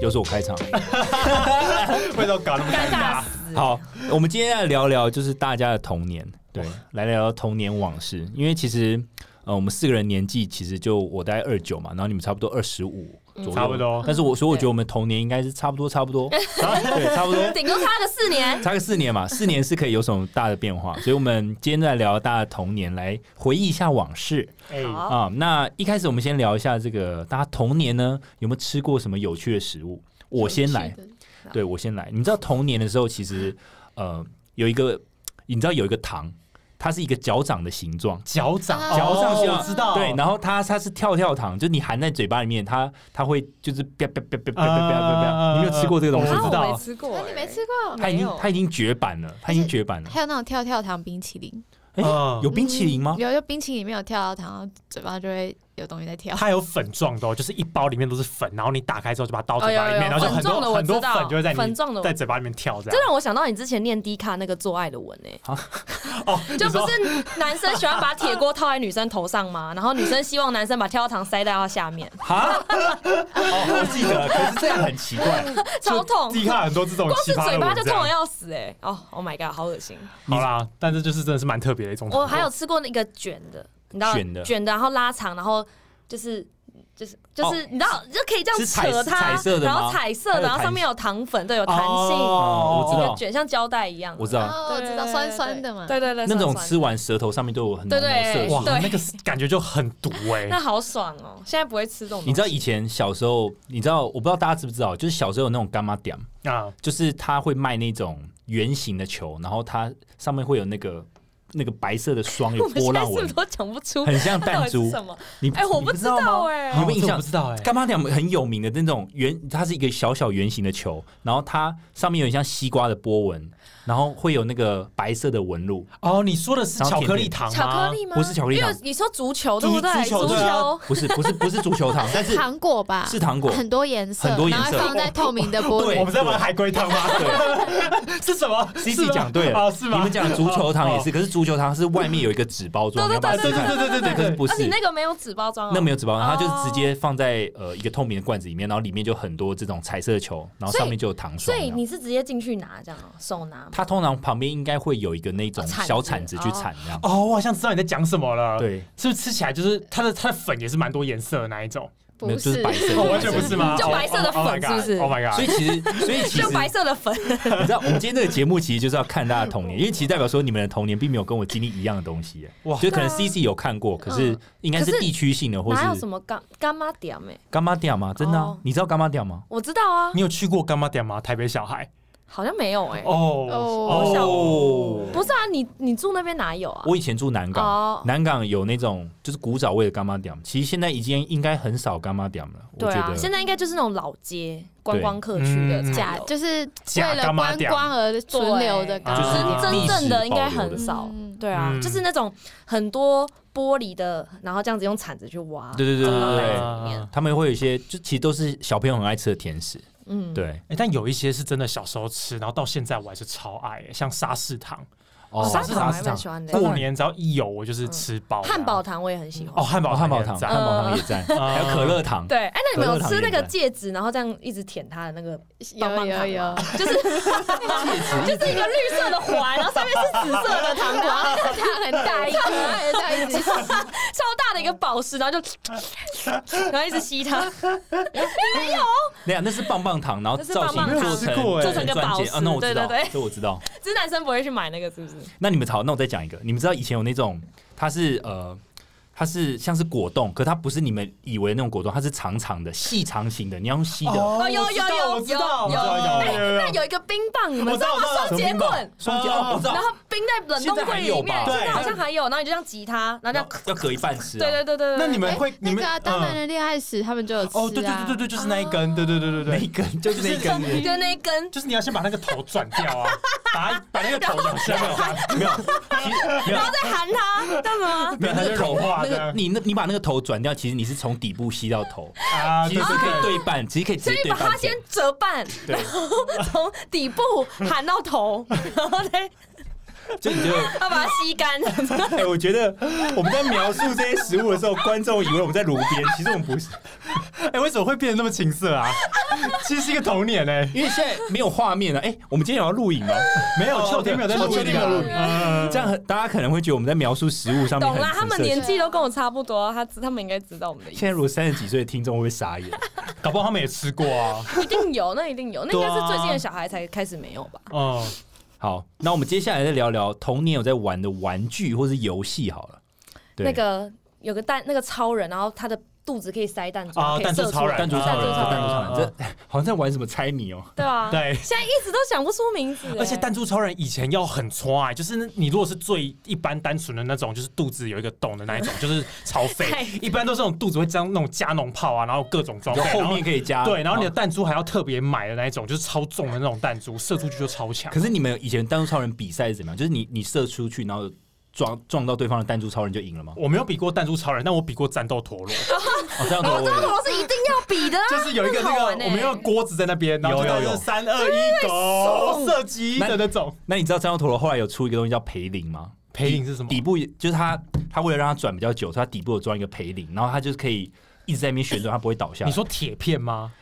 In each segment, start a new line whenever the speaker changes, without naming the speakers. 又是我开场。
为什么搞那么尴
尴尬
尬？
死。
好，我们今天要聊聊就是大家的童年，对
哇，
来聊聊童年往事。因为其实呃，我们四个人年纪其实就我大概二九嘛，然后你们差不多二十五左右，
差不多
但是我所以我觉得我们童年应该是差不多，差不多，对，差不多。
顶多差个四年，
差个四年嘛，四年是可以有什么大的变化，所以我们今天在聊大家的童年，来回忆一下往事
哎
好
啊、那一开始我们先聊一下这个大家童年呢有没有吃过什么有趣的食物？我先来，
有趣的。好
对我先来。你知道童年的时候，其实呃有一个，你知道有一个糖，它是一个脚掌的形状，
脚掌，
啊
脚掌
哦
形状
我知道，
对，然后它它是跳跳糖，就你含在嘴巴里面，它它会就是啪啪啪啪啪啪
啊
啪啪啪，你有没有吃过这个东西
我？知道
啊我没吃过、
啊你没吃过？
它已经它已经绝版了，它已经绝版了。
还有那种跳跳糖冰淇淋，
哎
嗯
有冰淇淋吗？
有，就冰淇淋里面有跳跳糖，然后嘴巴就会有东西在跳。
它有粉状的、哦，就是一包里面都是粉，然后你打开之后就把它倒嘴巴里面，
哦有有有
然后就很
粉状的
多
我
很多
知道
粉就会在
粉
你
状的我
在嘴巴里面跳这
这
样。
让我想到你之前念低卡那个做爱的文诶、
哦，
就
你说
不是男生喜欢把铁锅套在女生头 上吗？然后女生希望男生把跳跳糖塞到下面，
哈，哦，我记得，可是这样很奇怪。
超痛，
地下很多这种
光
奇
是
葩的
嘴巴
文
就
这
痛
样
的要死诶、哦，Oh my god，好恶心！
好啦，但是就是真的是蛮特别的一种。
我还有吃过那个卷的，你知道
卷的
然后拉长，然后就是。就是就是、你知道，就可以这样
哦是彩
扯它，
彩色的吗
然后彩色
它
的，
有
然后
弹
上面有糖粉，对，有弹性，
哦
嗯我知道
就卷像胶带一样。
我知 道
哦，我知道酸酸的嘛。
对对对，
那种
酸酸的
吃完舌头上面都有很浓的色
对
哦哇
素。，
那个是感觉就很毒哎、
那好爽哦！现在不会吃这种东西，
你知道以前小时候，你知道我不知道大家知不知道，就是小时候有那种干妈点，
啊，
就是他会卖那种圆形的球，然后它上面会有那个那个白色的霜，有
我们
波
现在
浪
是不
纹
是，都讲不出
很像
它到
弹
底是
珠。
什么？
你
哎，我
你
不
不
知
知道吗
道哎，
有没有印象
我不知道哎、
干妈点很有名的那种圆，它是一个小小圆形的球，然后它上面有点像西瓜的波纹，然后会有那个白色的纹路。
哦，你说的是巧克力糖吗？
巧克力吗？
啊不是巧克力
因
糖
为你说足球对不对？
足足球对啊
球
不是不是不是足球糖，但 是
糖果吧，
是糖果
很多颜色，
很多颜色
然后放在透明的玻
对
璃。
我们在玩海龟汤吗？ 是什么
C
是
C
吗
讲对了，
哦，是吗？哦
你们讲的足球糖也是，可是足球糖是外面有一个纸包装，
对
你要把它撕
对对
开，
对对对
可是
对
不
而
是
且哦那。个没有纸包装哦，
那没有纸包装，它就是
哦
直接放在呃一个透明的罐子里面，然后里面就很多这种彩色的球，然后
所以
上面就有糖
所
霜。
以你是直接进去拿这样哦，手拿吗。
它通常旁边应该会有一个那种
哦铲子
小铲子去铲这样。
哦，我好像知道你在讲什么了。，
对，
是不是吃起来就是它的它的粉也是蛮多颜色的那一种？
没有
不
就是
是
白色的
哦，完全不是吗？
就白色的粉
Oh my god，
是不是
Oh my god！
所以其实，所以其实
就白色的粉，
你知道，我们今天这个节目其实就是要看大家的童 年，因为其实代表说你们的童年并没有跟我经历一样的东西耶。
哇
就可能 C C 有看过，可是应该是
嗯可是
地区性的，或
哪有什
是
么干干妈点哎？
干妈店吗？真的啊
哦，
你知道干妈店吗？
我知道啊，
你有去过干妈店吗？台北小孩？
好像没有哎。
哦
哦
不是啊，你你住那边哪有啊？
我以前住南
哦
港，南港有那种就是古早味的干妈店，其实现在已经应该很少干妈店了。我
对
觉
啊，
得
现在应该就是那种老街观光客区的
嗯
才
假
有，
就是
假
为了
干妈
观
店
光而存留的干
就
妈
是
店
真真正的应该
历
很
史
少
嗯，
对啊
嗯，
就是那种很多玻璃的，然后这样子用铲子去挖，
对对对对对对，
里面
啊
他们会有一些，就其实都是小朋友很爱吃的甜食。
嗯，
对，
哎、但有一些是真的小时候吃，然后到现在我还是超爱、欸，像沙士糖，
哦
沙
砂
士
糖我
糖
还
是
蛮喜欢的，
过年只要一有我就是吃包
汉堡嗯糖我也很喜
哦，
欢。
汉堡
汉堡糖，
也很赞
汉堡糖也在，还有可乐糖。
对，哎，那你们有
可乐糖
吃那
也
个
在
戒指，然后这样一直舔它的那个 棒棒
有
糖吗
有有，
就是就是一个绿色的环，然后上面是紫色的糖果，然后
它很大一颗，很大 一只。
超大的一个宝石，然后就然后一直吸它，
那样那是棒棒糖，然后
那是
造型
棒棒
做
糖
成
做
成个
钻
宝
戒
石
啊，那我知道，
对对对
这我知道。
只是男生不会去买那个，是不是？
那你们好，那我再讲一个，你们知道以前有那种，它是呃，它是像是果冻，可它不是你们以为的那种果冻，它是长长的、细长型的，你要用吸的。
哦
哦有有有
我知道，
有
我知道
有哎
有
那有一个冰棒，你们
我
知
知道
道
我
吗？
知
双
道
节棍。
双节哦，我知
然
道，
后冰在冷冻柜里面，
现在还有吧
现在好
对
像还有，然后你就这样挤它，然后这
要
样，
要隔一半吃、啊。
对对对对对。
那你们会、你
那
们
嗯
嗯
个啊当男人恋爱时，他们就有吃啊。
哦，对对对对对，就是那一根，对对对对
那一
对，
根就是那一根，
对哦就那一根，
就是你要先把那个头转掉 啊，把把那个头扭下来，
没有， 其实没有
然。后再含 它，干嘛？
没有那
它
个
就
头
融化
那
这
个
样
你那，你把那个头转掉，其实你是从底部吸到头，
啊，
其
对
实是可以
对
对
对，
半，其实可以直
所以
接
你
对
把它
半
先
剪。
折半，
对，
从底部含到头，然后再
就你就
要把它吸干。
哎、我觉得我们在描述这些食物的时候，观众以为我们在 炉边，其实我们不是，
哎，为什么会变得那么情色啊？其实是一个童年哎，
因为现在没有画面了。哎、我们今天有要录影吗？没有，
秋天没有在录
秋天
影啊
没有录影这样很大家可能会觉得我们在描述食物上面
懂
很
啦，他们
情色
年纪都跟我差不多，他他们应该知道我们的 意思。
现在如果三十几岁的听众会不会傻 眼？
搞不好他们也吃过 啊。
一定有，那一定有，那应该
对啊
是最近的小孩才开始没有吧？
嗯，
好，那我们接下来再聊聊童年有在玩的玩具或是游戏好了。对，
那个有个蛋，那个超人，然后他的肚子可以塞弹珠，
啊
可以射
弹珠
出
超人
来，
弹珠超人，
弹珠
这
超
弹
人
珠超人，这 好像在玩什么猜谜哦。
对啊，
对。
现在一直都想不出名字，
而且弹珠超人以前要很穿、欸，就是你如果是最一般单纯的那种，就是肚子有一个洞的那一 种，就是超肥
太。
一般都是那种肚子会这样那种加农炮啊，然后各种装备，
然后
然
后面可以加
对，然后你的啊
哦
弹珠还要特别买的那一种，就是超重的那种弹珠，射出去就超强
可。是你们以前弹珠超人比赛是怎么样？就是你你射出去，然后撞撞到对方的弹珠超人就赢了吗？
我没有比过弹珠超人，但我比过战斗陀螺，
哦，这样子
然
我
后这个陀螺是一定要比的啊，
就是有一个
很
那
好
个
玩欸
我们有个锅子在那边，然后
有有有
就是三二一
送
狗射击的那种。
那你知道战斗陀螺后来有出一个东西叫培林吗？
培林是什么
底部就是它，它为了让它转比较久，所以它底部有装一个培林，然后它就是可以一直在那边旋转，它不会倒下来。
你说铁片吗？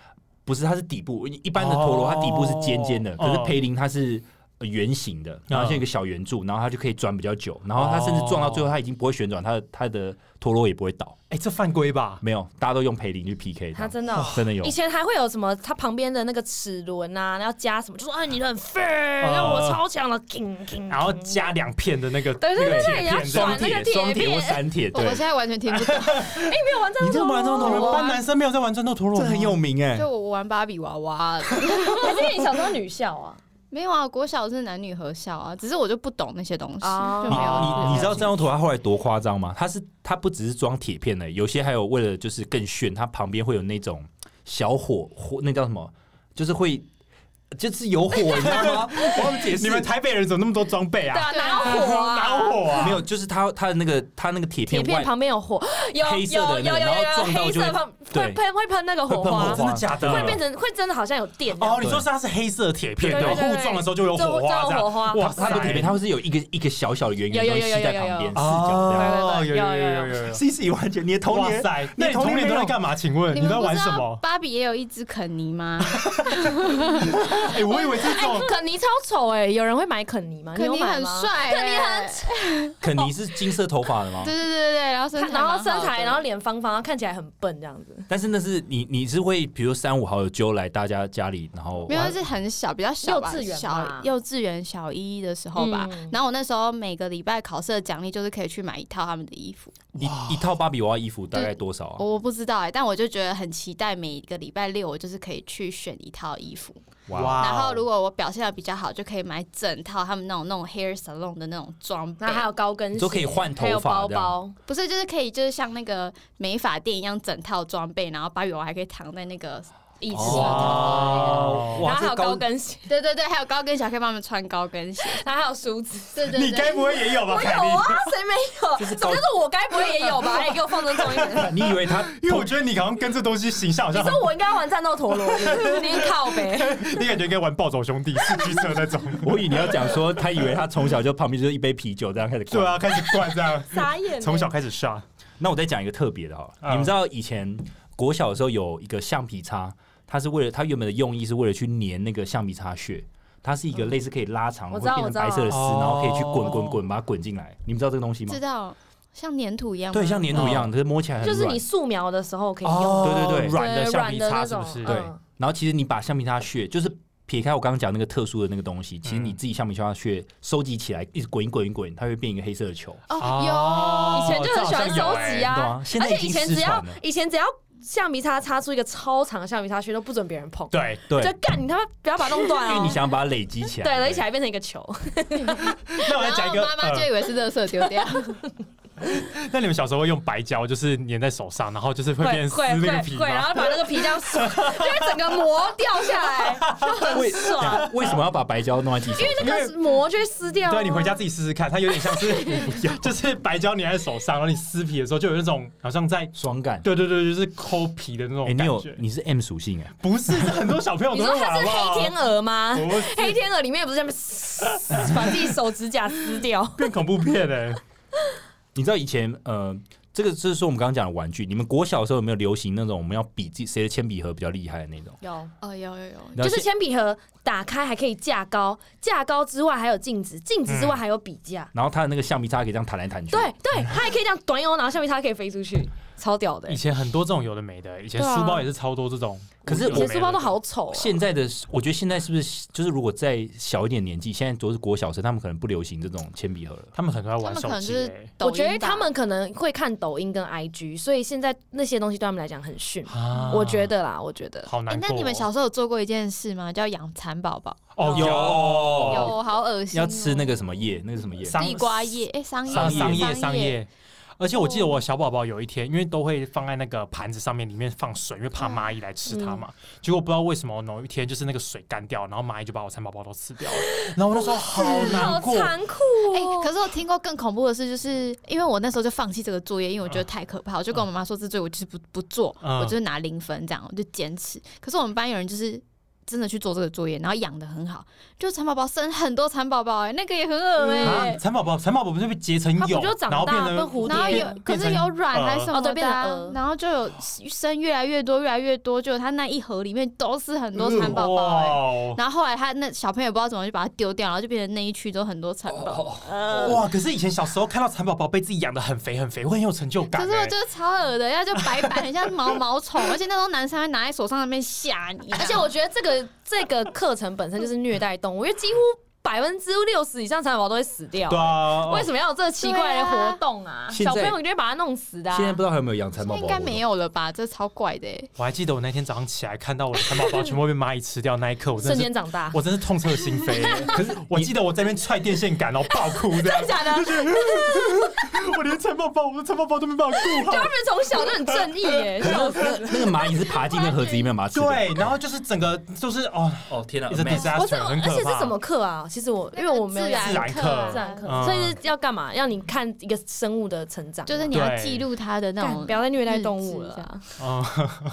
不是，它是底部，一般的陀螺
哦
它底部是尖尖的，
哦
可是培林它是。呃圆形
嗯
的，然后像一个小圆柱，然后它就可以转比较久，然后它甚至撞到最后，它已经不会旋转，它的它的陀螺也不会倒。
哎、这犯规吧？
没有，大家都用培林去 PK
他
的，
真的哦。
真的有
以。前还会有什么？它旁边的那个齿轮啊，然后加什么？就说啊，你很 fair，然后我超强了，叮叮
然后
叮
加两片的那个
对对对
那个
对
铁
要
片这
双
样
转那
铁、
个铁
双铁或
片
三铁，
我
对
我，现在完全听不懂，
哎，没有玩这
你这
种
玩这种
你们
陀螺
班男生没有在玩战斗陀螺
这
吗，
很有名哎
就。我玩芭比娃 娃，
还是因为你小时候女校啊？
没有啊，国小是男女合校啊，只是我就不懂那些东西，
哦
就
你
没有
哦。
啊你你知道
这
战斗
样
陀螺它后来多夸张吗？它是它不只是装铁片的，有些还有为了就是更炫，它旁边会有那种小火火，那叫什么？就是会就是有火，你知道吗？ 我要解释，
你们台北人怎么那么多装备
对
啊？
啊，
对啊
哪有火啊？
哪有火啊？
没有，就是它它的那个它那个铁
铁
片
片
外
旁边有火，有有
黑色
有
的那
有
个然后
有
撞到
黑
就会
色旁会
对
喷会喷那个火
会喷
花
火，花
真的假的？
会变成会真的好像有电那样
哦，你说是它是黑色的铁片，
对
然
对
后
对对
互撞的时候就有火花，
就
这
就
样
火花
哇
它
塞，
的铁片，它会是有一个一个小小的圆圆的东西
有有有有
在
有有
旁边四角这样。
哦，
对对
有
对
有有
有有
有有有。
C C 完全你的童
哇
年
塞，那你
童
童
年
年都
没
在
有
干嘛？请 问你
你
都在
们不
玩
知
什
道
么？
芭比也有一只肯尼吗？
哎，我以为这种
哎，肯尼超丑哎，有人会买肯尼吗？你
肯
有
尼
买
很
吗，
帅欸，
肯尼很
肯尼是金色头发的吗
对？对对对对，然后身材蛮
然
好
后
的，
身材，然后脸方方，然后看起来很笨这样子。
但是那是你你是会比如三五好友揪来大家家里，然后
没有，是很小，比较小吧，
幼稚园吧
小幼稚园小一的时候吧。
嗯
然后我那时候每个礼拜考试的奖励就是可以去买一套他们的衣服，
一一套芭比娃娃衣服大概多少
哦
啊？
我我不知道哎、但我就觉得很期待，每一个礼拜六我就是可以去选一套衣服，
哇，
哇哦
然后如果我表现的比较好，就可以买整套他们那种那种 hair salon 的那种装备
然，后还有高跟鞋，
都可以换头发
还有包
这样
包，
不是就是可以就是像那个美发店一样整套装备，然后芭比娃娃还可以躺在那个椅子上。
哇
哇
然后还有
这高
高跟鞋，
对对对，还有高跟鞋，还可以帮他们穿高跟鞋。
然后还有梳子。
对对对，
你该不会也有吧，凯
有
莉？
啊，谁没有？什么叫做我该不会也有吧？哎，给我放尊重 一点。
你以为他
因为我觉得你好像跟这东西形象好
你
像很
说我应该玩战斗陀螺， 你靠呗。
你感觉应该玩暴走兄弟、四驱车那种。
我以为你要讲说，他以为他从小就旁边就是一杯啤酒这样开始。
对，啊，开 始灌这样，
傻眼欸，
从小开始刷。
那我再讲一个特别的好了，
嗯
你们知道以前国小的时候有一个橡皮擦，它是为了它原本的用意是为了去粘那个橡皮擦屑。它是一个类似可以拉长，
嗯我
会
知道
变成白色的丝，
我知道
然后可以去滚滚滚把它滚进来。你们知道这个东西吗
知？道像粘土一样吗，
对，像粘土一样，可是摸起来很
就
软。
是你素描的时候可以用，
哦
对对对
软的
对
橡皮擦
那
是
种
不是？
对
嗯
然后其实你把橡皮擦屑，就是撇开我刚刚讲那个特殊的那个东西，其实
嗯
你自己橡皮擦屑收集起来，一直滚一滚一滚，它会变一个黑色的球，
哦
嗯
哦
以前就很喜欢收
欸
集
对
啊
啊，现在
而且
已经
以前
失
只要
传了
以前只要橡皮擦擦出一个超长的橡皮擦屑都不准别人碰，
对，
对，
就干你他妈不要把它弄断
因为你
哦。
想把它累积起来，
对，垒起来变成一个球，
欸那我来讲一个，
然后妈妈就
呃
以为是垃圾丢掉，
那你们小时候会用白胶，就是粘在手上，然后就是会变成撕那个皮
会，然
吗？
后把那个皮这样撕，就会整个膜掉下来，就很爽。
为什么要把白胶弄在地上？
因为那个膜就会撕掉啊。
对，你回家自己试试看，它有点像 是 就是白胶粘在手上，然后你撕皮的时候就有那种好像在
双感。
对对对，就是抠皮的那种
哎，你
感
有
觉。
你是 M 属性哎，
不是，这很多小朋友
你
都
说
会玩
它
好
是
不好
黑天鹅吗？
不是
黑天鹅里面不是这样撕把自己手指甲撕掉？
变恐怖片哎、
你知道以前呃，这个这是我们刚刚讲的玩具。你们国小的时候有没有流行那种我们要比自己谁的铅笔盒比较厉害的那种？
有，
哦，有有有，
然
就
后
是
现
铅笔盒打开还可以架高，架高之外还有镜子，镜子之外还有笔架。
然后它的那个橡皮擦可以这样弹来弹去。
对对，它还可以这样短游，然后橡皮擦可以飞出去，超屌的欸
以。前很多这种有的没的、以前
对啊
书包也是超多这种，
可是
有
以
的
我
没
前
的
书包都好丑啊，
现在的我觉得现在是不是就是如果再小一点年纪，现在都是国小生，他们可能不流行这种铅笔盒了。
他们很多在玩
他们
手
可能
机、
就是
欸。
抖
我
音
觉得
吧
他们可能会看抖音跟 IG，所以现在那些东西对他们来讲很逊。
啊
嗯我觉得啦，我觉得
好
哎、
难过
那
哦、
你们小时候有做过一件事吗？叫养蚕宝宝，
哦有
有
有好恶心、哦
要吃那个什么叶，那个什么叶，
桑
地瓜叶，哎、桑叶，
商商业
叶，
商
叶，
业。而且我记得我小宝宝有一天，因为都会放在那个盘子上面，里面放水，因为怕蚂蚁来吃它嘛。结果不知道为什么某一天就是那个水干掉，然后蚂蚁就把我蚕宝宝都吃掉了。然后我那时候好难过，
残酷
哎、
哦。
可是我听过更恐怖的事，就是因为我那时候就放弃这个作业，因为我觉得太可怕，我就跟我妈妈说这作业我就是不不做，
嗯
我就是拿零分这样，我就坚持。可是我们班有人就是真的去做这个作业，然后养的很好，就蚕宝宝生很多蚕宝宝，哎，那个也很恶哎、
啊，蚕宝宝，蚕宝宝不是被结成
它不
蛹
就，长
然后变
大
成
变蝴蝶
然后有，可
变
是
成
有卵
呃
还是什么
哦对
的
变成
啊、
鹅
然后就有生越来越多，越来越多，就它那一盒里面都是很多蚕宝宝、哎
嗯哇哦
然后后来他那小朋友不知道怎么就把它丢掉，然后就变成那一区都很多蚕宝宝。
哇！可是以前小时候看到蚕宝宝被自己养的很肥很肥，会很有成就感、
可
欸。
是我觉得超恶的，要就白白，很像毛毛 虫，而且那时候男生会拿在手上那边吓 你，
而且我觉得这个这个课程本身就是虐待动物，因为几乎百分之六十以上蚕宝宝都会死掉。
对啊，
为什么要有这奇怪的活动啊？
对
小
啊
朋友一定会把它弄死的啊。
现在不知道还有没有养蚕宝宝？
应该没。有了吧？这超怪的欸、
我还记得我那天早上起来看到我的蚕宝宝全部被蚂蚁吃掉那一刻，我真
瞬
的是
间长大，，
我真是痛彻心扉欸。可是我记得我在那边踹电线杆，然后爆哭这样
假的？他们
我连蚕宝宝，我的蚕宝宝都没办法顾好。
从小就很正义耶，笑死！
那个蚂蚁是爬进那个盒子里面把它吃掉。
对，然后就是整个就是哦，
哦天哪
一直
amazing
不是，
disaster 很
而
可
且是
怕
什。么课啊？其实我因为我没有
自
自
然
自然
课啊，
课
然课，
嗯
所以是要干嘛？让你看一个生物的成长，
就是你要
对
记录它的那
干
种
不。要再虐待动物了
日志这
啊。
嗯，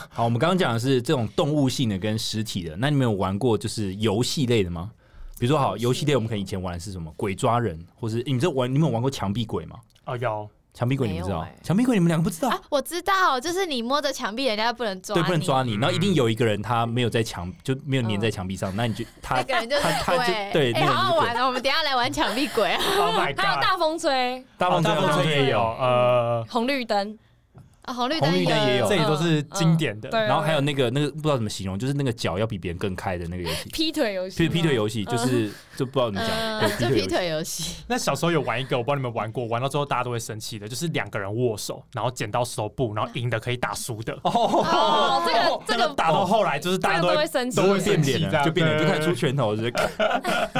好，我们刚刚讲的是这种动物性的跟实体的，那你们有玩过就是游戏类的吗？比如说好，游戏类我们可能以前玩的是什么鬼抓人，或是、欸你这玩你们有玩过墙壁鬼吗？
哦有，
墙壁鬼你们知
没有
道
欸？
墙、壁鬼你们两个不知道，
啊，我知道，就是你摸着墙壁，人家不能抓你，
对，不能抓你，
嗯
然后一定有一个人他没有在墙就没有粘在墙壁上，那你就他
那个 人就是
他他就
鬼，
对
哎、
那个人
好好
是鬼
玩哦！我们等一下来玩墙壁 鬼啊，
Oh my
还有
god！
大风吹、
大
哦
风
大
大
风
风
车也有，呃，
红绿灯，
啊红绿
红
灯
绿灯也有
这里都是经典的。
对，
然后还有那个那个不知道怎么形容，就是那个脚要比别人更开的那个游戏，
劈腿游戏
劈
吗，
劈腿游戏，就是就不知道怎么
嗯、
讲，
就
对
劈
游戏。
腿游戏，
那小时候有玩一个，我不知道你们玩过，玩到最后大家都会生气的，就是两个人握手，然后剪刀石头布，然后赢的可以打输的。
哦，这个这
那
个
打到后来就是大家
这个
都
都会生气
都会
变
生气
脸
这
了，
样
就变脸，就开始出
对
拳头，就是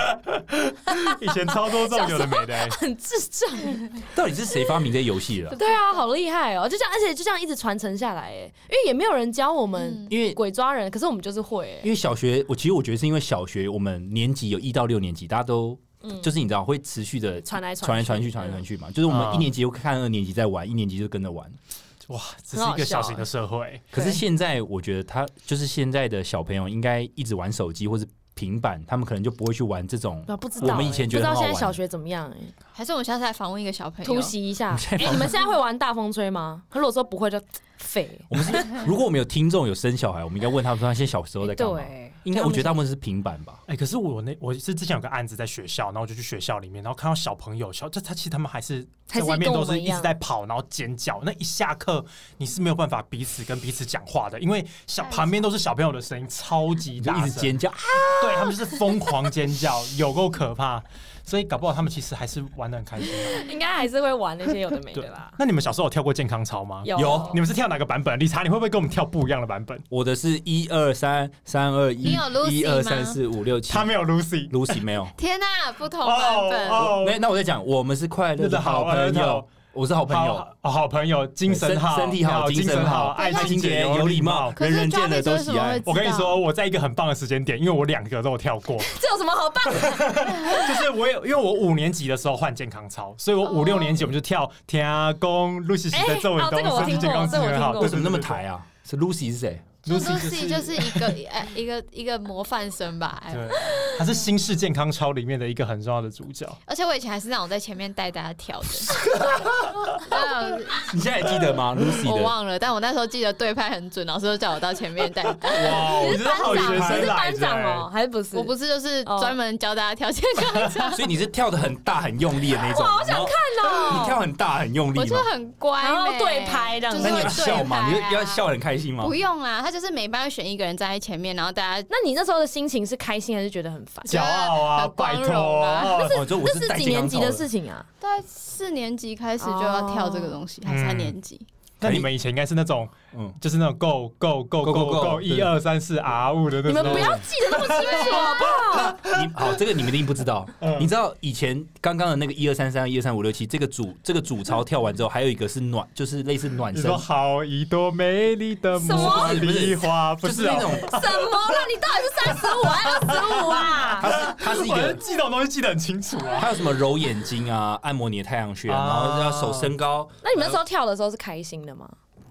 以前超多这种有的没的、欸。
很智障。啊
到底是谁发明这游戏的啊？
对啊，好厉害哦！就这样，而且就这样一直传承下来，哎，因为也没有人教我们
嗯
因为
鬼抓人，可是我们就是会，哎
因为小学，我其实我觉得是因为小学我们年级有一到六年级，大家都、
嗯
就是你知道会持续的
传来
传来传去，传来传去嘛。就是我们
啊
一年级会看二年级在玩，一年级就跟着玩。
哇，这是一个小型的社会。
可是现在我觉得他就是现在的小朋友应该一直玩手机或是平板，他们可能就不会去玩这种。
啊，不知道哎，
我们以前
不
觉得
知道
很好
现
玩
在小学怎么样，哎，
还是我们下次来访问一个小朋友，
突袭一下。
我 们现在
哎，你们现在会玩大风吹吗？可如果说不会就废，
我们是如果我们有听众有生小孩，我们应该问他们说他现在小时候在干嘛？
对，
应该我觉得大部分是平板吧。
哎、可是我那我是之前有个案子在学校，然后我就去学校里面，然后看到小朋友，小这他其实他们还是
还
在
是
外面
跟我
都
们
是
一
一
样
直在跑，然后尖叫。那一下课你是没有办法彼此跟彼此讲话的，因为小
哎
太
旁边都是小朋友的声音，超级
你就
大
一直
声，
尖叫，
对他们就是疯狂尖叫，有够可怕。所以搞不好他们其实还是玩的很开心 的。
应该还是会玩那些有的没的 啦。
那你们小时候有跳过健康操吗？
有
你们是跳哪个版本？理查，你会不会跟我们跳不一样的版本？
我的是一二三三二一
你有，Lucy
一二
吗
三四五六七
他没有 Lucy。
，Lucy 没有。
天呐、不同版本。
哦
那那我在讲，我们是快乐
真
的
的
好
好
朋
朋
友
友，
我是好朋友，
好好朋友，精神好，
身身体好，
要精
神
好，
爱
爱
情
节
节有礼貌，，
可
人
是
人见
Johnny
了都
为什
喜
么
爱
会。
我跟你说，我在一个很棒的时间点，因为我两个都有跳 过，
这有什么好办？
就是我有，因为我五年级的时候换健康操，所以我五六年级我们就跳啊天阿公、露西西的皱纹
哦哎好这
功
个、我
身体
听过
健康之
这个我
很好，
听过
为什么那么抬啊？是 Lucy 是 谁？
露
Lucy 就是
西就是一个呃一个一个模范生吧，哎
对，他是新式健康操里面的一个很重要的主角。
而且我以前还是那种在前面带大家跳 的，真的
你现在还记得吗？Lucy
我
的，
忘了，但我那时候记得对拍很准，老师都叫我到前面带。
哇，你真
你是
的
班
好
长，
学
你
生
是
来
班
着
长哦，
哎
欸。
还是不是？
我不是就是
哦
专门教大家跳健康操，
所以你是跳的很大很用力的那种。我好想看
哦
你跳很大很用力
我就
吗？
很乖呢，
然后对拍这样
就
子
是
哦那你
会
有
对拍
笑吗？
啊
你就要笑得很开心吗？
不用啦，他就是每班会选一个人站在前面，然后大家
那你那时候的心情是开心还是觉得很烦？
骄傲啊，
很光
拜
荣
托
啊
啊，
哦，就我
那
是带
是几
健
年
康
级
操
的事情啊？
大概四年级开始就要跳这个东西，还
哦
三年级。
那你们以前应该是那种，
嗯，
就是那种 go go go
Go,
go
哎 go,
go
go，
go 一二三四啊五的那
你
种。
们不要记得那么清楚好不好？
你好，这个你们一定不知道。
嗯
你知道以前刚刚的那个一二三三、一二三五六七这个主这个主操跳完之后，还有一个是暖，就是类似暖
你
身
说，好一朵美丽的茉莉花，不
就是是
啊
那种，
什么啦？你到底是三十五还是二十五啊？
它是它是一
我
个，
记这种东西记得很清楚啊。
还有什么揉眼睛啊、按摩你的太阳穴啊，然
啊
后要手升高。
那你们那时候跳的时候是开心的吗？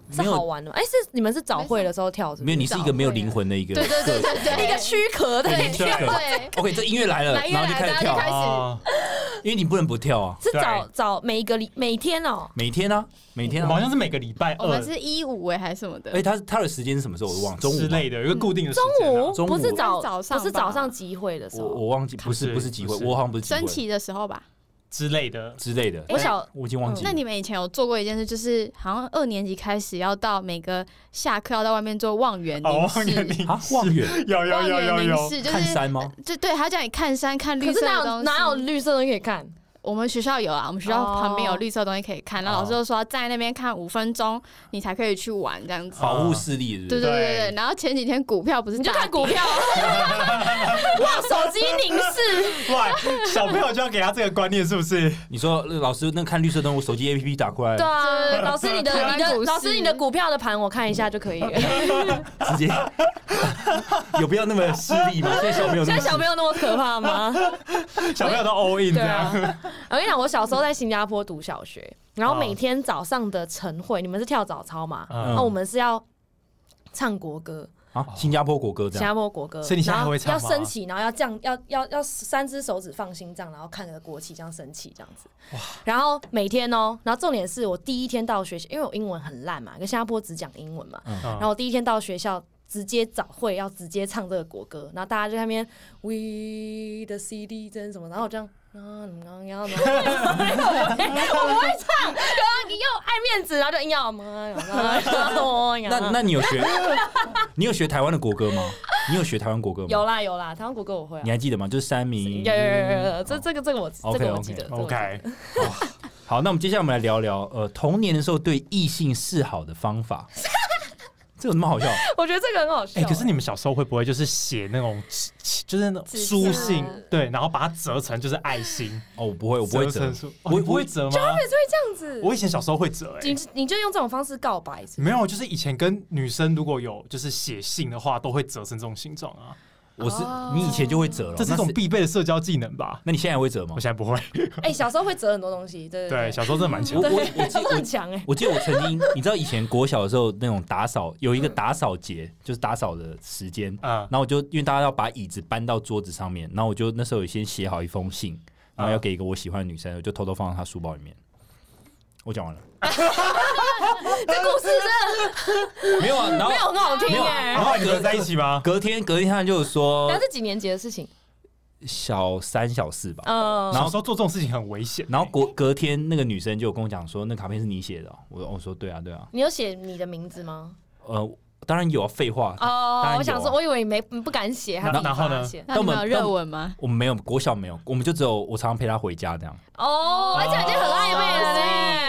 是
没有
好玩的吗？哎，是你们是早会的时候跳是不
没
是？哎
有，你是一个没有灵魂的一个
对对对
个
对对，
一个躯壳的，
对对对
对
OK，这音乐来了，
来
然后就开始
音乐来
跳
大家就开，始
啊
因为你不能不跳啊，
是早
对
早每一个礼每天哦，
每天啊，每天
我们好
啊。
像是每个礼拜
我们
二
是一五哎还是什么的
哎，，他他的时间是什么时候？我忘了，中午
之
吗
类的，有一个固定的时间啊
中午
中午
不是早
早上吧
不是早上集会的时
我
候。
我忘记，不是
不是
不是机会，
不是
我好像不是集会
升旗的时候吧。
之类的。
之类的。
我小
我已经忘
嗯
记了。
那你们以前有做过一件事，就是好像二年级开始要到每个下课要到外面做望远
哦
凝，视，
望远凝
啊，望远
有有
望
有有
远凝
有，
视就
看
是
山吗？
就对他叫你看山看绿
可
色
是哪
的
有
东西，
哪有绿色的东西可以看？
我们学校有啊，我们学校旁边有
哦
绿色的东西可以看，然后老师就说在那边看五分钟，你才可以去玩这
呃
样子。
哦
保护视力是不
对
是？
对对
对
对，然后前几天股票不是
你就
大
看
跌
股票，往手机凝视。
哇，小朋友就要给他这个观念，是不是？
你说老师那看绿色灯，我手机 A P P 打过来
对，啊，老师你的
台湾
你的
股市
老师你的股票的盘我看一下就可 以了。
直接有必要那么势利 吗？现在小朋友
现
这
在
么
小朋友那么可怕 吗？
小朋友都 all in 这
对啊
样。，
我跟你讲，我小时候在新加坡读小学，然后
哦
每天早上的晨会，你们是跳早操嘛？
嗯
那我们是要唱国歌，
啊，新加坡国歌这
新
样
加坡国歌，
所以你现在
然
还
后
会唱
要
吗
升旗，然后要这样，要要要三只手指放心脏，然后看着国旗这样升旗这样子。然后每天哦，然后重点是我第一天到学校，因为我英文很烂嘛，跟新加坡只讲英文嘛，
嗯
啊
然后我第一天到学校。直接早会要直接唱这个国歌，然后大家就在那边 We the CD 真什么，然后我这样啊，你刚刚要 吗？我不会唱，然后你又爱面子，然后就硬要 妈呀 妈呀。
那那你有学 你有学台湾的国歌吗？你有学台湾国歌吗？
有啦有啦，台湾国歌我会啊
你。还记得吗？就是三民
有有有有有，这这个这个我这个我记得。这个我记得
嗯 OK，
好，那我们接下来我们来聊聊，呃，童年的时候对异性示好的方法， 这有什么好笑？
我觉得这个很好笑
哎、。可是你们小时候会不会就是写那种纸，就是那种
纸
书
下
啊
信，对，然后把它折成就是爱心，
哦，我不 会，我不会折
成，书，
我
我不会折吗？
这样子，
我以前小时候会折、欸，
你你就用这种方式告白是不是？
没有，就是以前跟女生如果有就是写信的话，都会折成这种形状啊，
我是
哦
你以前就会折了，
这是一
那
种必备的社交技能吧？
啊那你现在还会折吗
我？现在不会，
哎，小时候会折很多东西，对
对，
对。
小时候真的蛮强
我
的，
我我记
真的
我
很强哎，
我记得我曾经，你知道以前国小的时候那种打扫有一个打扫节，就是打扫的时间，
嗯
然，后我就因为大家要把椅子搬到桌子上面，然后我就那时候有先写好一封信，然后要给一个我喜欢的女生，我就偷偷放到她书包里面。我讲完 了，
这故事真
没有啊，然
的
后
没有很好
没
听
有
然
哎。
后你们在一起吗？
隔天隔天他就说
那是几年级的事情？
小三小四吧，
嗯，
小时候做这种事情很危险欸、
然后隔隔天那个女生就跟我讲说，那卡片是你写的哦、我我说对啊对啊，
你有写你的名字吗？
呃，当然有啊，废话，当然
哦，
有
我想说，我以为你没不敢写，还
然然后呢
那你们有热吻吗？
我们没有国小没有，我们就只有我常常陪她回家这样，
哦，而且已经很暧昧了呢。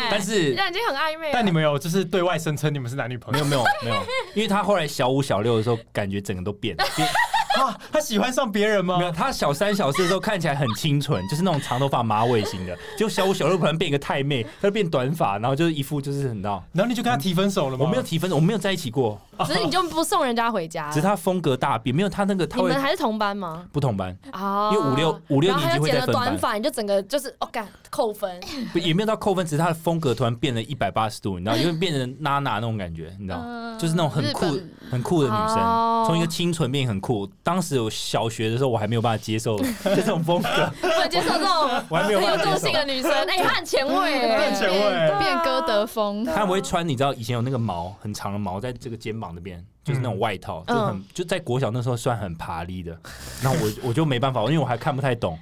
但是
人家已经很暧昧了。
但你们有就是对啊外声称你们是男女朋
没
友
有？没有没有，因为他后来小五小六的时候，感觉整个都变了，变
啊，他喜欢上别人吗
哦
没？有，他小三小四的时候看起来很清纯，就是那种长头发马尾型 的。结果小五小六突然变一个太妹，她就变短发，然后就是一副就是很
哦
闹。
然后你就跟他提分手了吗？
我没有提分手，我们没有在一起过，
只是你就不送人家回家
只是
了。
他风格大变，没有他那个他
啊你
会
们还是同班吗？
不同班，
啊
因为五六五六
然后
年
他
级
又
会
剪
再
了
分
短
班，
发，你就整个就是哦，干扣分。
不也没有到扣分，只是他的风格突然变了一百八十度，你知道，因为变成娜娜那种感觉，你 知道，
嗯
就是那种很酷
日
很酷的女生
哦，
从一个清纯变很酷。当时我小学的时候，我还没有办法接 受这种风格，
我接受这种
我还 没
很
有办法
有个
接受
性。的女生，哎， 她很前卫
本
很
哎，
前卫
变变歌德风，
啊
他们会穿，你知道以前有那个毛很长的毛在这个肩膀那边，就是
嗯
那种外套，就很就在国小那时候算很爬力的。那我我 就没办法，因为我还看不太 懂。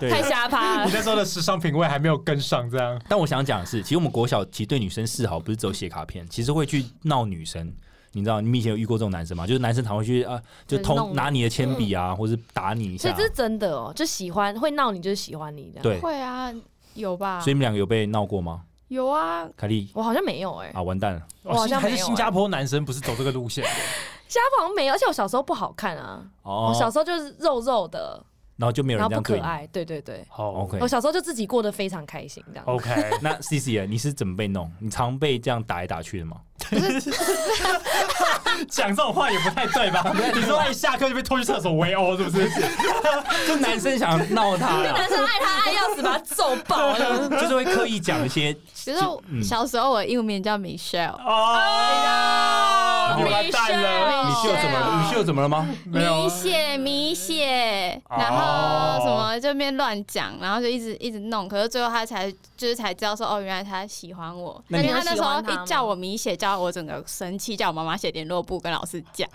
对，
太瞎
你
趴了。
那时候的时尚品味还没有跟上，这样
但我想讲的是，其实我们国小其实对女生示好不是只有写卡片，其实会去闹女生。你知道你们以前有遇过这种男生吗？就是男生常会去啊，就
就是弄
偷
你
拿你的铅笔啊，或是打你一
所以
下
这。是真的哦，就喜欢会闹你，就是喜欢你这样。
对，所
会啊，有吧
以？你们两个有被闹过吗？
有啊，
凯莉
我好像没有哎，
啊，完蛋了，
我好像
还
没有
是
哎
新加坡男生不是走这个路线，
瞎好像没有，而且我小时候不好看啊，
哦
我，小时候就是肉肉的，
然后就没有
然
人
后
这
不
样对哦你。
可
哦
爱，对对对。
好
OK
我小时候就自己过得非常开心，这样。
哦 OK，
那 C C 你是怎么被弄？你常被这样打来打去的吗？
讲这种话也不太 对啊吧？你说他一下课就被拖去厕所围殴，是不 是？
就男生想闹他 啦，
男生爱他爱要死，把他揍爆 了。
就是会刻意讲一些
比如说
嗯
小时候我的英文名叫 Michelle，
哎哦，
哎呀
完蛋了，
米秀怎么了？米秀怎么了吗？
没有
米血米血，
哦
然后什么就边乱讲，然后就一直一直弄，可是最后他才就是才知道说哦，原来他喜欢我。
那
因
你
为他那时
有
候
喜欢他吗
一叫我米血，叫我整个生气，叫我妈妈写联络簿跟老师讲，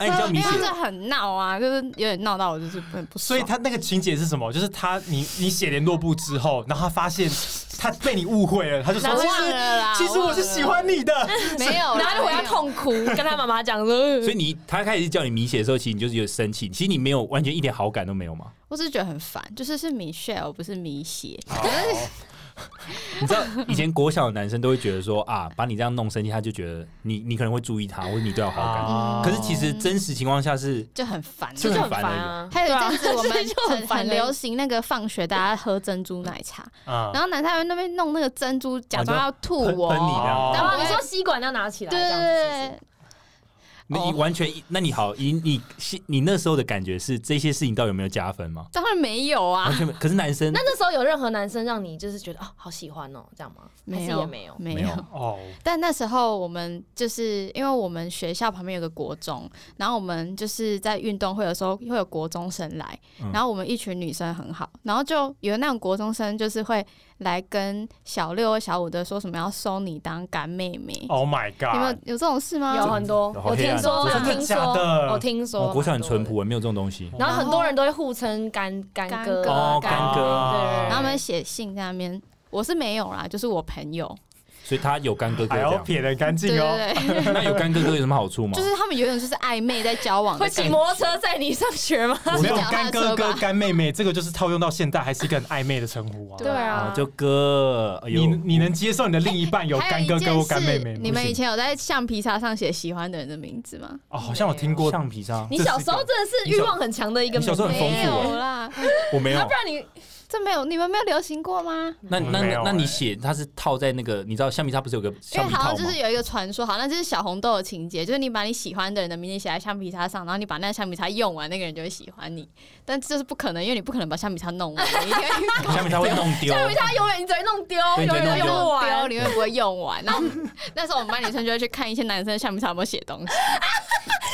哎，你叫
因
米
为
雪
他真的很闹啊，就是有点闹到我就是很不
所
爽
以。他那个情节是什么？就是他你你写联络簿之后，然后他发现他被你误会了，他就说
然后
其
忘
实
了啦，
其实我是喜欢你的，
没有
然
啦，
后就回
没
家
有
痛哭，跟他妈妈讲说，
所以你他开始叫你米血的时候，其实你就是有生气，其实你没有完全一点好感都没有嘛。
我只是觉得很烦，就是是米 l e 不是米血，
你知道以前国小的男生都会觉得说 啊，把你这样弄生气，他就觉得你你可能会注意他，或者你对他有好感。
哦
可是其实真实情况下是
就很烦。
就
就
很
很烦
烦
啊。
还有一阵子我
对啊
们
就很
很
烦
很
人
流行那个放学大家喝珍珠奶茶，
啊
然后男生那边弄那个珍珠，假装要吐
喷
我哦
喷你，这样，
然
然
后
后
你
你
说
说
吸管要拿起来，
对对对，
那你完全那你好，你你你你那时候的感觉是这些事情到底有没有加分吗？
当然没有啊
完，全没。可是男生
那那时候有任何男生让你就是觉得哦好喜欢哦这样吗？还
没
是也
有
没有。
嗯没
没有
有。
哦，
但那时候我们就是因为我们学校旁边有个国中，然后我们就是在运动会的时候会有国中生来，
嗯
然后我们一群女生很好，然后就有那种国中生就是会来跟小六、小五的说什么要收你当干妹妹，
Oh my
你们
god！
有有这啊种事吗？
有很多，
好
我
黑暗
听
哦
说，我
真的
听
假
说
的，
我听说，
我哦国小很淳
蛮多的
朴，没有这种东西。
然后很多人都会互称干干
干
哥，
哥哦
干哥
对对对
然后他们写信在那边，我是没有啦，就是我朋友，
所以他有干哥哥
还
这
要
样，
撇的干
对
净哦。
对对，
那有干哥哥有什么好处吗？
就是他们有点就是暧昧在交往的
会
感
骑
觉，
摩托车载你上学吗？
我
没有
是脚踏
干哥
车
哥、
吧
干妹妹，这个就是套用到现在，还是一个很暧昧的称呼啊。
对啊
哦，就哥，哎呦
你你能接受你的另一半有
还
干哥
有一
哥
件
或干妹
事
妹，吗？
你们以前有在橡皮擦上写喜欢的人的名字吗？
哦，好像我听过，
橡皮擦，
你小时候真的是欲望很强的一个
你
妹
小时候很
妹，
丰
没
富
有啦，
我没
要
有
不。然你
这没有，你们没有流行过吗？
那那
没有
那那
哎
你写它是套在那个，你知道橡皮擦不是有个
因
橡
为
皮
好
套
像
吗
就？是有一个传说，好像就是小红豆的情节，就是你把你喜欢的人的名字写在橡皮擦上，然后你把那个橡皮擦用完，那个人就会喜欢你。但这是不可能，因为你不可能把橡皮擦弄完，你一定会
你橡皮擦会弄丢，
对他永远你只会弄丢，
对
永
你只会
远都
弄
用不
用
完
丢，。你永远不会用完。然后那时候我们班女生就会去看一些男生的橡皮擦有没有写东西，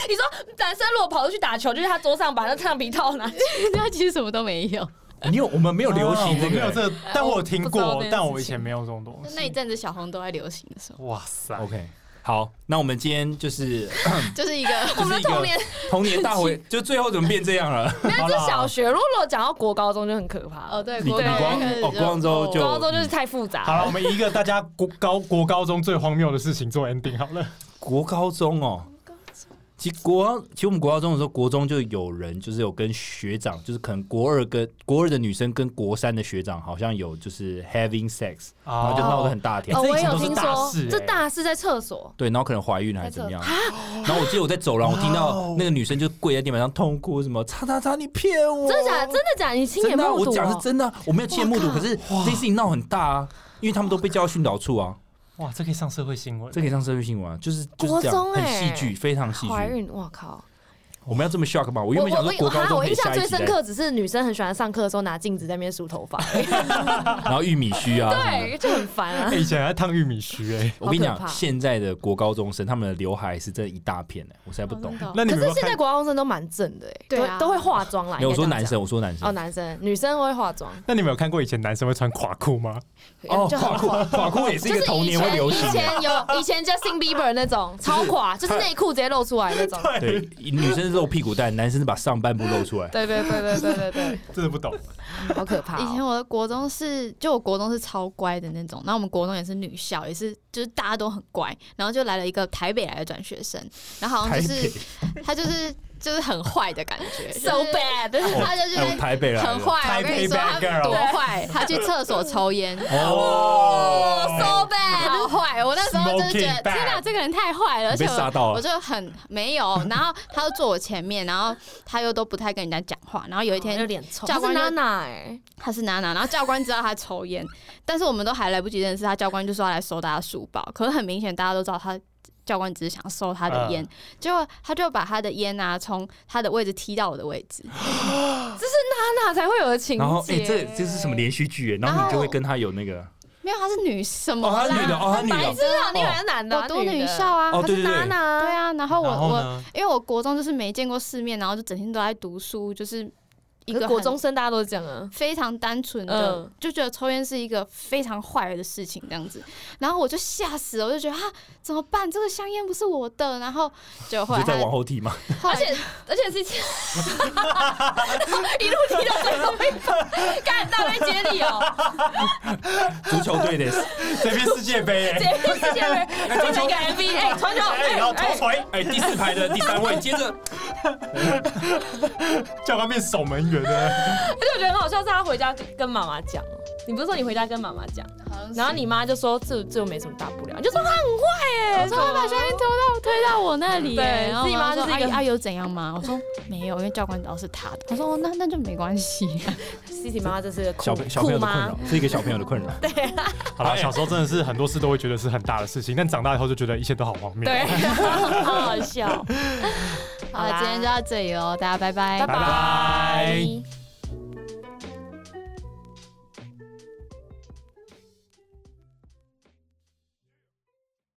你说男生如果跑出去打球，就是他桌上把那橡皮套拿起来，
他其实什么都没有。
你有我们没有流
啊
行这
我没有
个
这个，但我有听
我不
过
知道这件事，情
但我以前没有这种东
就
西。
那一阵子小红豆在流行的时候，
哇塞
欸。OK，好，那我们今天就是
就是一个
我们
童年
童年大回，就最后怎么变这样了？
没有，
好
这
啦
是小学。如果讲到国高中就很可怕
哦
了，
对，
李
国
李
高
光
开始
哦光州就
高中就是太复杂。
好了，我，们以一个大家国高国高中最荒谬的事情做 ending 好了。
国高中哦，其实国高，其实我们国高中的时候，国中就有人就是有跟学长，就是可能国二跟国二的女生跟国三的学长好像有就是 having sex，、然后就闹得很大条。
哦，
这以
我也
前
有
都是
听
大
说
事，
这
欸
大事在厕所，
对，然后可能怀孕了还是怎么样？
啊
然后我记得我在走廊，我听
哦
到那个女生就跪在地板上痛哭，什么“叉叉叉，你骗我”，
真的假？真的假？你亲眼
哦真的啊、
目睹
我
哦？
讲是真的啊，我没有切目睹，
哇靠
可是这件事情闹很大啊，因为他们都被叫到训导处啊，
哇，这可以上社会新闻，
这可以上社会新闻啊，就是就是
国
这
中
样，很
欸
戏剧，非常戏
怀
剧。
孕，我靠！
我们要这么 shock 吗？我
我
原
我
本想说国
我
高
哈
中
我
可以
印象
下一
最
集
深
再，
刻只是女生很喜欢上课的时候拿镜子在那边梳头发，
然后玉米须啊，什么的
对，就很烦 啊
哎
欸。以前还烫玉米须哎，
我跟你
好可
讲，
怕
现在的国高中生他们的刘海是这一大片欸的，我实在不懂。
那
那
你
可
们有没
是
有
现在
看？
国高中生都蛮正的哎，
对啊
都都会化妆啦。
没有，我说
应该这
男
样
生，我说男
讲哦，
生。
男生女生会化妆，
那你们有看过以前男生会穿垮裤吗？
就很
哦垮裤，垮裤也是一
就
个
是
童
以
年会
前
流
以
行的。
前有以前 Justin Bieber 那种超垮，就是内裤直接露出来那种。
对，女生是露屁股蛋，男生是把上半部露出来。
对对对对对对对，
真的不懂，
好可怕哦！
以前我的国中是，就我国中是超乖的那种，然后我们国中也是女校，也是就是大家都很乖，然后就来了一个台北来的转学生，然后好像就是 他就是就是很坏的感 觉
so
就是
bad，
他就是
哎，我台北来
很
的。
坏，我跟你说他
台北 bad girl
多坏，他去厕所抽 烟。
哦
so bad，好坏！我那时候就是觉
Smoking
得，
bad
天哪，这个人太坏了，而
你
且
被吓到
我
了
我就很没有。然后他就坐我前面，然后他又都不太跟人家讲话。然后有一天
有点臭。
教
他
官
是
就
娜娜哎，
他是娜娜，然后教官知道他抽烟，但是我们都还来不及认识他，教官就说要来收大家书包，可是很明显大家都知道他。教官只是想收他
嗯
的烟，结果他就把他的烟啊从他的位置踢到我的位置，
娜娜才会有的情节。
然后哎，欸这这是什么连续剧？哎然后你就会跟他有那个
没有，他是女什么
哦，他
啦？
是女的哦，他是女
白
的
痴啊！你还是男的啊，
我读女
的
校，啊，
哦，
他
对
是
对
娜
对，
娜
对啊，然后我
然后
我
呢？
因为我国中就是没见过世面，然后就整天都在读书，就是一
可
个
是国
很
中生大家都是这样啊。
非常单纯的，
嗯
就觉得抽烟是一个非常坏的事情这样子。然后我就吓死了，我就觉得啊，怎么办？这个香烟不是我的。然后就后
你
来
就再
他
往后踢 嘛。
后来
而且而且是 一路踢到最后一排，干到在接力哦，
足球队的，
这边世界 杯
接
哎，
力直接被变成一个 MV，哎，传球，
哎，
哎
然后头
哎，
锤，
哎，第四排的第三位，接着
教官变守门员了。
而且我觉得很好笑，是他回家跟妈妈讲，你不是说你回家跟妈妈讲，然后你妈就说这这又没什么大不了，你就说他很坏哎，
我说他把香烟推到推到我那里耶，
对
然后
自己
我
妈
说
就是一
阿
个
姨阿姨啊有怎样吗？我说没有，因为教官知道是他的。他说哦那那就没关 系。
西西妈妈这是个酷
小朋小朋友
酷
的困
妈
扰，是一个小朋友的困扰。
好了，小时候真的是很多事都会觉得是很大的事情，但长大以后就觉得一切都好荒谬。
对， 好好笑，
好了，今天就到这里喽，大家拜拜
拜
拜
拜。